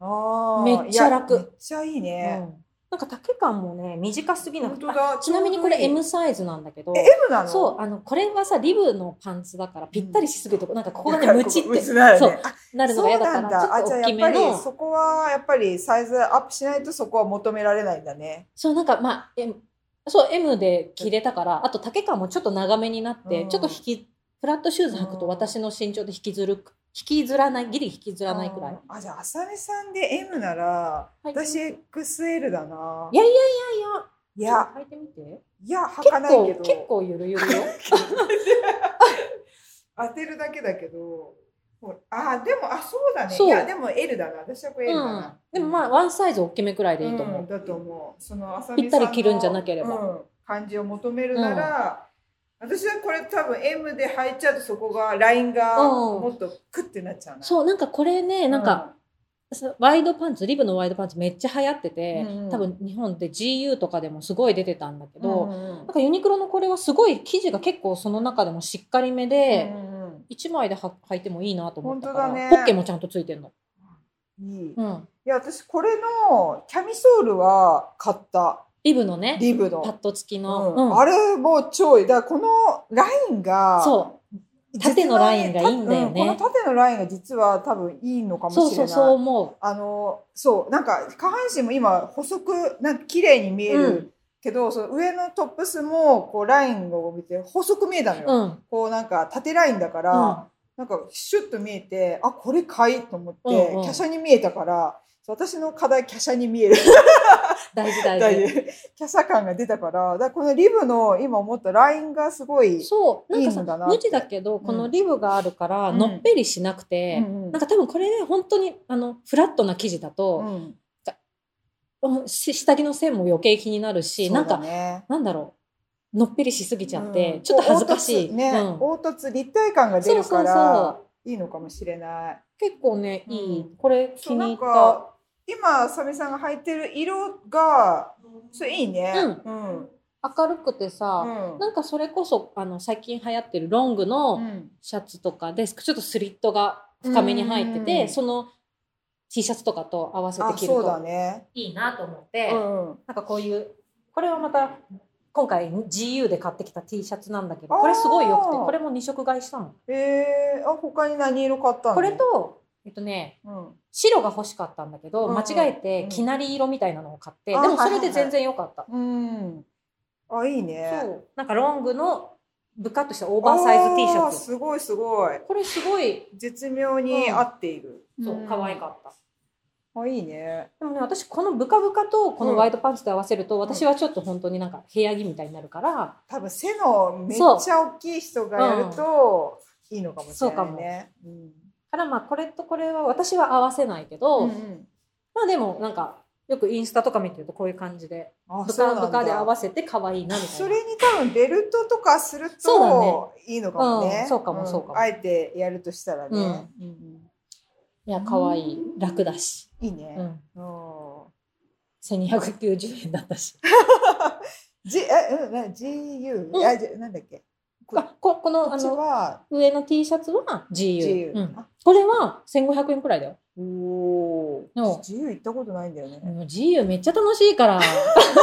A: あー
B: めっちゃ楽
A: いやめっちゃいいね。
B: うんなんか丈感もね短すぎな
A: 本
B: くて
A: 当だ。
B: あちなみにこれ
A: ちょうどい
B: M サイズなんだけど
A: いえ M なの？
B: そうあのこれはさリブのパンツだからぴったりしすぎて、なんかここがね
A: なん
B: ム
A: か
B: チって
A: ムチなるね
B: そう
A: あ
B: なるのが
A: そう
B: 嫌だ
A: な
B: か
A: ん
B: ら
A: だ。あ
B: ち
A: じ
B: ょ
A: ゃあ
B: っと大
A: や
B: き
A: っぱ
B: め
A: り
B: の
A: そこはやっぱりサイズアップしないとそこは求められないんだね。
B: そうなんかまあ M そう M で着れたからあと丈感もちょっと長めになって、
A: うん
B: ちょっと引きフラットシューズ履く
A: う
B: と
A: ん
B: 私の身長で引きずる引きずらないギリ引きずらないくらい。
A: あじゃあ浅見さんで M なら
B: はい
A: 私 XL だな。
B: いやいやい
A: い
B: やい
A: や
B: や。履いてみて。
A: いや履
B: 結
A: かないけ
B: 構
A: ど。
B: 結構ゆるゆるよ。
A: 当てるだけだけど。ほらあーでもあそうだね。
B: そう
A: いやでも L だな。私はこれ L だ
B: うん
A: な。。
B: でもまあワンサイズ大きめくらいでいいと思う。
A: ん、だと思うその浅
B: ぴったり着るんじゃなければ
A: うん、感じを求めるなら、私はこれ多分 M で履いちゃうとそこがラインが
B: うん
A: もっとクッてなっちゃうな、
B: そうなんかこれね
A: う
B: なんか、そうワイドパンツリブのワイドパンツめっちゃ流行ってて、
A: うんうん
B: 多分日本で GU とかでもすごい出てたんだけ
A: うんう
B: ど、
A: んうん
B: なんかユニクロのこれはすごい生地が結構その中でもしっかりめで、
A: うんうん
B: 一枚では履いてもいいなと思ったから、
A: 本当だね
B: ポッケもちゃんとついてんの。
A: いい、い
B: うん、
A: や私これのキャミソールは買った
B: リブのね
A: リブの
B: パッド付きの、
A: うん
B: うん
A: あれもう超いいだからこのラインが
B: そ縦のラインがいいんだよね
A: うこの縦のラインが実は多分いいのか
B: う
A: もしれ
B: そ
A: な
B: う
A: い
B: そうそう思
A: あのそうなんか下半身も今細くなんか綺麗に見える、
B: うん
A: けどその上のトップスもこうラインを見て細く見えたの
B: う。う
A: よ、
B: ん
A: こうなんか縦ラインだから、
B: う
A: な
B: ん
A: んかシュッと見えてあこれかいと思って、
B: うんうん
A: 華奢に見えたからそう私の課題華奢に見える
B: 大事大
A: 大
B: 事。
A: 事華奢感が出たからだからこのリブの今思ったラインがすごい、
B: そうなんか
A: いい
B: さ
A: んだなって
B: 無地だけどこ
A: う
B: の
A: ん
B: リブがあるから
A: うん
B: のっぺりしなくて、
A: うんうん
B: なんか多分これね本当にあのフラットな生地だと、
A: うん
B: うんし下着の線も余計気になるし、
A: そ
B: なん
A: うだ
B: か
A: ね
B: なんだろうのっぺりしすぎちゃって、
A: うん
B: ちょっと恥ずかし
A: 凹
B: い、
A: 凸ね、
B: うん
A: 凹凸立体感が出るから
B: そうそう
A: いいのかもしれない。
B: 結構ねいい、
A: うん
B: これ
A: そ
B: 気
A: うな
B: に入
A: ん
B: った
A: か今サメさんが履いてる色がそれいいね。うん。うん。
B: 明るくてさ、なんかそれこそあの最近流行ってるロングの、
A: うん
B: シャツとかでちょっとスリットが深めに入ってて、
A: うん
B: その T シャツとかと合わせて
A: あ
B: 着る
A: そうだ
B: と
A: ね。
B: いいなと思って、
A: うん。
B: なんかこういうこれはまた今回 GU で買ってきた T シャツなんだけどこれすごいよくて
A: あー
B: これも2色買いしたの。
A: えー、あ他に何色買ったの？
B: これ。とえっとね
A: うん。
B: 白が欲しかったんだけど、
A: うん
B: 間違えて
A: うん
B: きなり色みたいなのを買って、
A: あー
B: でもそれで全然良かった、
A: うん。あいいね。
B: そうなんかロングのブカッとしたオーバーサイズ T シ
A: あ
B: ャ
A: ー
B: ツ
A: すごいすごい。
B: これすごい
A: 絶妙に合っている。
B: そう可愛か
A: っ
B: った
A: た。あいいね。
B: でもね、私このブカブカとこのワイドパンツで合わせると、私はちょっと本当になんか部屋着みたいになるから、
A: 多分背のめっちゃ大きい人がやるといいのかもしれないね。うん。
B: からまあこれとこれは私は合わせないけど、
A: うんうん
B: まあでもなんかよくインスタとか見てるとこういう感じで
A: あ
B: ブ
A: そうなん
B: カ
A: だ
B: ブカで合わせて可愛いなみた
A: そ
B: いな
A: れに多分ベルトとかする
B: そ
A: といいのかもね。
B: うんそうかもそうかも
A: んあえてやるとしたらね。
B: うん
A: うんうん
B: いや可愛い楽だし、
A: いいうね。
B: ん、
A: うん
B: 1290円だったし
A: G えうんな GU、
B: うん
A: あじゃなんだっけ。こ
B: あここの
A: こ
B: あ
A: っち
B: の
A: は
B: 上の T シャツは GU,
A: GU。
B: うん、
A: あ
B: これは1500円くらいだよ
A: おお
B: でも。
A: GU 行ったことないんだよ
B: で
A: ね。
B: も GU めっちゃ楽しいから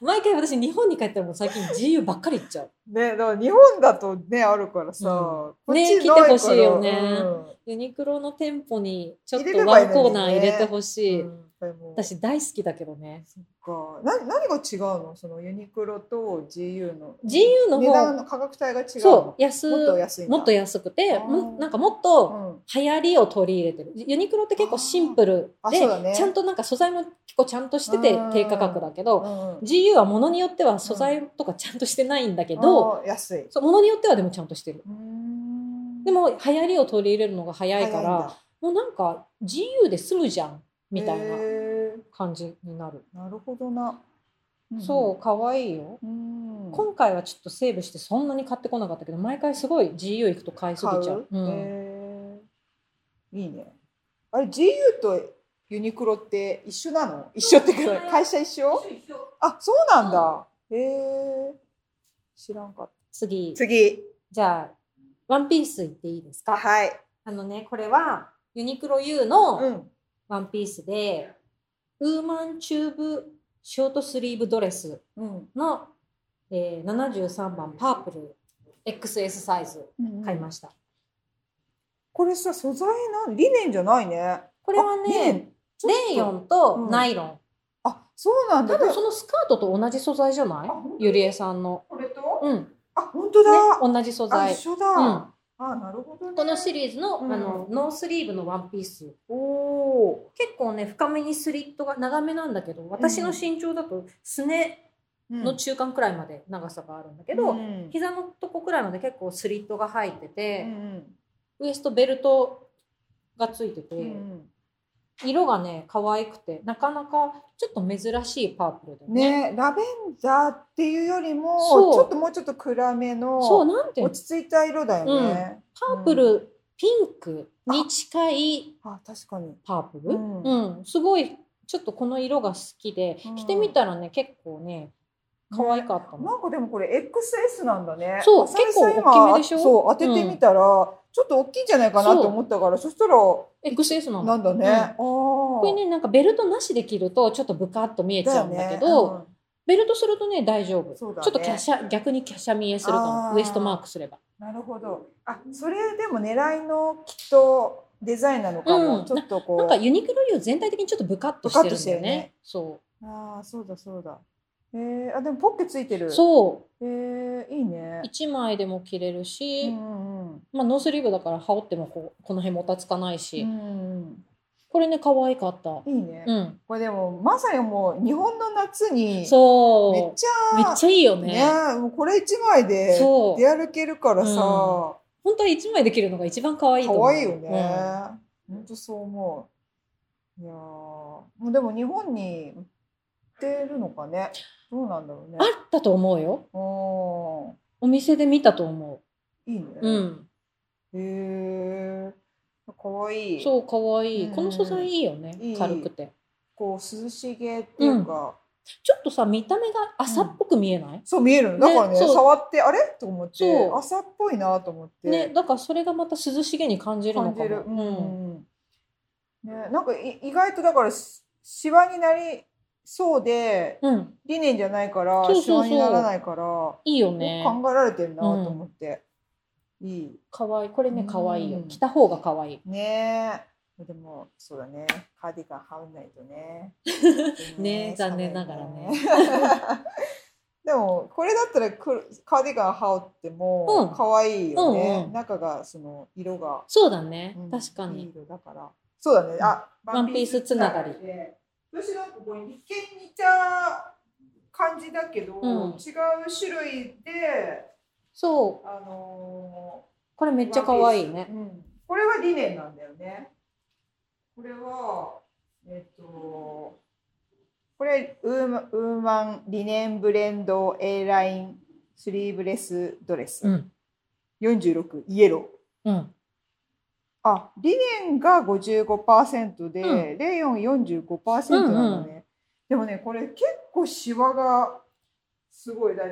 B: 毎回私日本に帰ったらもう最近 GU ばっかり行っちゃう
A: ねだから日本だとねあるからさ。
B: うん
A: こっち
B: ね
A: ないから
B: 来てほしいよね
A: うん
B: ユニクロの店舗にちょっ
A: 入れれ
B: と
A: ば
B: ワ
A: いい
B: ン
A: のにね
B: コーナー入れてほしい。
A: うんでも
B: 私大好きだけどね。
A: かな何が違うのそのユニクロと GU の
B: GU の
A: 値段
B: 方、
A: の価格帯が違うの
B: そう、安、
A: もっと安いんだ
B: もっと安くて、
A: あー
B: むなんかもっ
A: う
B: と
A: ん
B: 流行りを取り入れてる。ユニクロって結構シンプル
A: あーあ
B: で、
A: そうだね
B: ちゃんとなんか素材も結構ちゃんとしてて
A: うん
B: 低価格だけど、
A: うん
B: GU は物によっては素材とかちゃんとしてないんだけど、
A: あー安い
B: そう物によってはでもちゃんとしてる。
A: で
B: でも流行りを取り入れるのが早いから、もうなんか GU で済むじゃん、みたいな感じになる。
A: なるほどな、
B: そう、可愛いよ。
A: うん、うん
B: 今回はちょっとセーブしてそんなに買ってこなかったけど毎回すごい GU 行くと買いす
A: 買
B: ぎ
A: う
B: ちゃう、うん
A: へーいいねあれ GU とユニクロって一緒なの一緒ってか会社一緒あそうなんだ、へえ知らんかっ
B: 次
A: た次
B: じゃあワンピース行っていいですか
A: はい
B: あのねこれはユニクロ U の
A: ん
B: ワンピースで、ウーマンチューブショートスリーブドレス
A: うん
B: の、えー73番パープル XS サイズ買いました。
A: これさ素材なリネンじゃないね
B: これは
A: あリネ
B: ね
A: ン、ちょっと
B: レイヨンとナイロン。
A: あそうなん
B: 多
A: だ
B: 分そのスカートと同じ素材じゃない
A: あ本当
B: ゆりえさんの。
A: これと、
B: うん。ね、
A: あ本当だ、
B: 同じ素
A: あ
B: 材。
A: 一緒だ、
B: うん
A: あなるほどね
B: このシリーズの,、
A: うん
B: あのノースリーブのワンピース
A: おお
B: 結構ね深めにスリットが長めなんだけど私の身長だとすね
A: ー
B: の中間くらいまで長さがあるんだけ
A: け
B: ど、
A: うん
B: 膝のとこくらいまで結構スリットが入って
A: う
B: て、
A: ん
B: ウエストベルトがついてて、
A: うんうん
B: 色がね可愛くてなかなかちょっと珍しいパープルだよね。
A: ねラベンダーっていうよりも
B: そう
A: ちょっともうちょっと暗めの
B: そうなんていうの
A: 落ち着いた色だよね、
B: パープル、ピンクに近い
A: あ確かに
B: パープル、
A: う
B: うんんすごいちょっとこの色が好きで、
A: うん
B: 着てみたらね結構ね可愛かったの、
A: なんかでもこれ XS なんだね。
B: そう
A: 浅井
B: 結構
A: さん今
B: 大きめでしょ
A: そう当ててみたら、ちょっと大きいんじゃないかな
B: そう
A: と思ったから、そしたら
B: XS なの
A: なんだね。
B: うん
A: ああ。こ
B: これねなんかベルトなしで着るとちょっとブカッと見えちゃうんだけど
A: ね
B: ベルトするとね大丈夫
A: そうだね
B: ちょっと華奢逆に華奢見えするか
A: あ
B: も
A: ー
B: ウエストマークすれば
A: うんなるほど。あそれでも狙いのきっとデザインなのかも。
B: うん
A: ちょっとこう。
B: なんかユニクロより全体的にちょっとブカッとしてるんだよねそ
A: ああそうだそうだ。えー、あでもポッケついてる。
B: うそ
A: えー、いいね
B: う。1枚でも着れる
A: う
B: し、
A: んうん
B: まあ、ノースリーブだから羽織ってもこうこの辺もたつかないし、
A: うん。
B: これね可愛かった
A: うん。いいね。
B: うん
A: これでもまさにもう日本の夏に
B: そう
A: めっちゃ
B: めっちゃいいよね。
A: ねもうこれ一枚で
B: そう
A: 出歩けるからさ、
B: うん
A: 可
B: 本当は一枚できるのが一番可愛い
A: 愛
B: と思う。
A: いよね。本当そう思う。いやーもうでも日本に売ってるのかね。どうなんだろうね
B: うん。あったと思うよ。
A: う
B: お店で見たと思
A: ん。いいね。
B: う。うん。
A: へえ。可愛い。
B: そう可愛い。
A: うん
B: この素材いいよね
A: いい。
B: 軽くて。
A: こう涼しげっていうか、
B: ちょっとさ見た目が朝っぽく見えない？
A: そう見えるの。だからね
B: ねそう
A: 触ってあれと思っ
B: そ
A: て、
B: う
A: 朝っぽいなと思って。
B: ね、だからそれがまた涼しげに感じるの
A: 感
B: か
A: じるう
B: も。。
A: んね、なんかい意外とだからしシワになりそうで
B: うん。うん。
A: 理念じゃないから
B: そうそうそう
A: シワにならないからよ
B: いいよ
A: く
B: ね。
A: 考えられてるなと思って、いい
B: 可愛い。これね可愛いよ
A: う。ん
B: 着た方が可愛い。
A: ねえでもそうだねカーディガン羽織んないとね
B: ねえ残念ながらね
A: 寒いね でもこれだったらくカーディガン羽織っても
B: うん
A: 可愛いよね、
B: うんうん
A: 中がその色が
B: そうだね
A: うん。
B: 確か
A: いい
B: に。
A: 色だから。そうだね。あ、
B: ワンピースつながり
A: で私なんかこれ一見似た感じだけど、
B: うん
A: 違う種類で、
B: そう。
A: あの
B: これめ
A: ー
B: っちゃ可愛い
A: ワン
B: ね
A: ピー。スうんこれはリネンなんだよね。これはえっと。これウーマンウーマンリネンブレンド A ラインスリーブレスドレス、
B: うん。
A: 46イエロー
B: うん。
A: あ、リネンが55%で、
B: う
A: レイヨン45%なんだね。でもね、これ結構シワがすごいだ。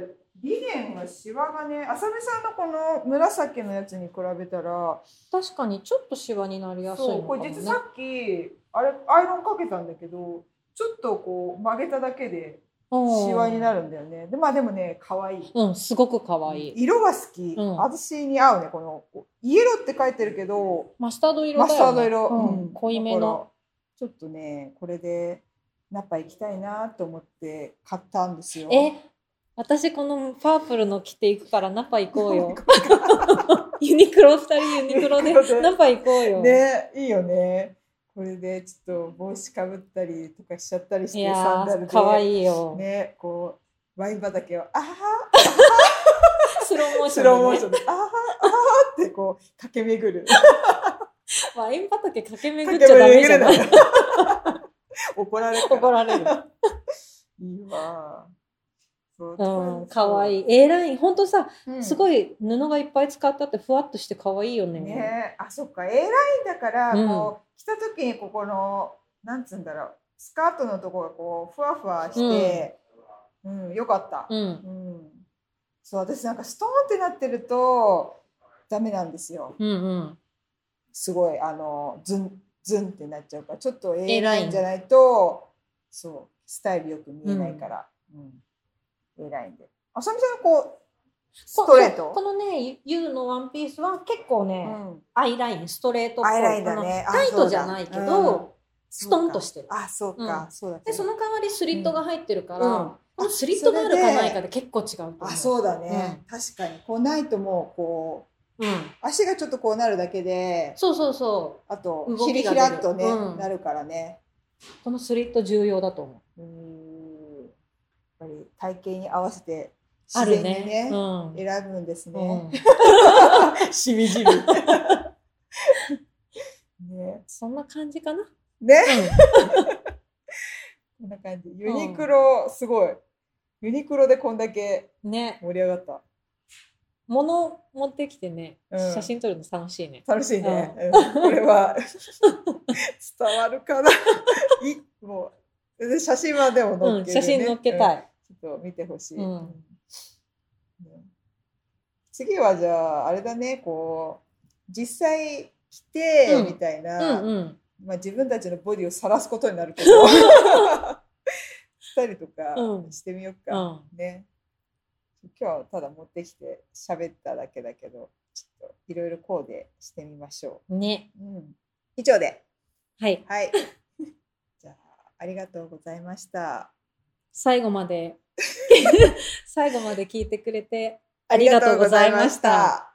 A: リネンはシワがね、浅見さんのこの紫のやつに比べたら、
B: 確かにちょっとシワになりやすいの
A: そ
B: か
A: う、
B: も
A: こ
B: ね
A: れ実さっき、あれ、アイロンかけたんだけど、ちょっとこう曲げただけでシワにな
B: る。
A: るんだよね。で、まあでもね、可愛い。
B: うん、すごく可愛い。
A: 色が好き。
B: うん
A: 私に合うね、この、イエローって書いてるけど、
B: マスタード色だよ
A: マ
B: ね。
A: スタード色、
B: うん
A: うん
B: 濃いめ
A: だから
B: の。
A: ちょっとねこれでナッパ行きたいなと思って買ったんですよ
B: え、私このパープルの着ていくからナパ行こ うよ。ユニクロ二人ユニクロ
A: ユ
B: で
A: ニクロで
B: ナパ行こうよ。
A: ねいいよねこれでちょっと帽子かぶったりとかしちゃったりし
B: い
A: てサ
B: や
A: ンダルで
B: ー、可愛いよ。
A: ねこうワイン畑をあは
B: スローモーシ
A: スロー
B: ョ
A: モ
B: ン
A: ー
B: で
A: ショ
B: ね。
A: ンであはあはってこう駆け巡る
B: ワイン畑 駆け巡
A: 駆
B: っち
A: け
B: ゃダメじゃ
A: な
B: ないい。
A: 怒られるから
B: 怒られる。
A: いいわそう
B: うん、可愛い。A ライン、本当さ、
A: うん
B: すごい布がいっぱい使ったってふわっとして可愛いよね。
A: ねえあそっか A ラインだから
B: うん
A: こう、着た時にここのなんつうんだろうスカートのとこがこうふわふわして、うんよかった、
B: うん、
A: うんそう私なんかストーンってなってるとダメなんですよ
B: うん、うん。
A: すごいあのずんズンってなっちゃうからちょっと A ラインじゃないとそうスタイルよく見えないから、うん A ラインであさみさんこうストレート
B: このね U のワンピースは結構ね、
A: うん
B: アイラインストレートっぽい
A: アイラインだね
B: あ
A: あ
B: のタイ
A: そう
B: ト
A: だ
B: じゃないけ
A: う
B: ど、
A: ん
B: ストンとしてる
A: あそうか、
B: うん
A: そうだけど
B: でその代わりスリットが入ってるから、
A: うん
B: このスリットがあるかないかで結構違うと思う
A: あそうだね、確かにこうないともうこ
B: うん、
A: う足がちょっとこうなるだけで
B: そうそうそ
A: あと
B: 動
A: ひり
B: きが
A: ひ
B: 出る
A: らっとね、
B: うん
A: なるからね
B: うこのスリット重要だと思う
A: うーんやっぱり体型に合わせて
B: あ
A: 自
B: る
A: 然に
B: ね
A: ね
B: うん
A: 選ぶんですね、
B: うん、
A: しみじみ。ね。
B: そんな感じかな、
A: ね。 こんな感じ。ユニクロ、すごい。ユニクロでこんだけ
B: ね
A: 盛り上がった。
B: 物持ってきてね、
A: うん
B: 写真撮るの楽しいね
A: 楽しいね。うんこれは 伝わるかな。 いもうで写真はでも
B: う
A: 載っ
B: ん
A: ける、ね
B: 写真載っけた
A: うん
B: い、
A: ちょっと見てほしい、
B: うん
A: ね次はじゃああれだね。こう実際着
B: う
A: て
B: ん
A: みたいな。
B: うんうん
A: まあ、自分たちのボディを晒すことになるけど したりとか
B: うん
A: してみよう
B: う
A: か、
B: ん
A: ね今日はただ持ってきて喋っただけだけどちょっといろいろコーデしてみましょ
B: ね
A: う、うん、以上で
B: はい
A: はい じゃあありがとうございました
B: 最 後まで最後まで聞いてくれて
A: あ
B: りがとうございました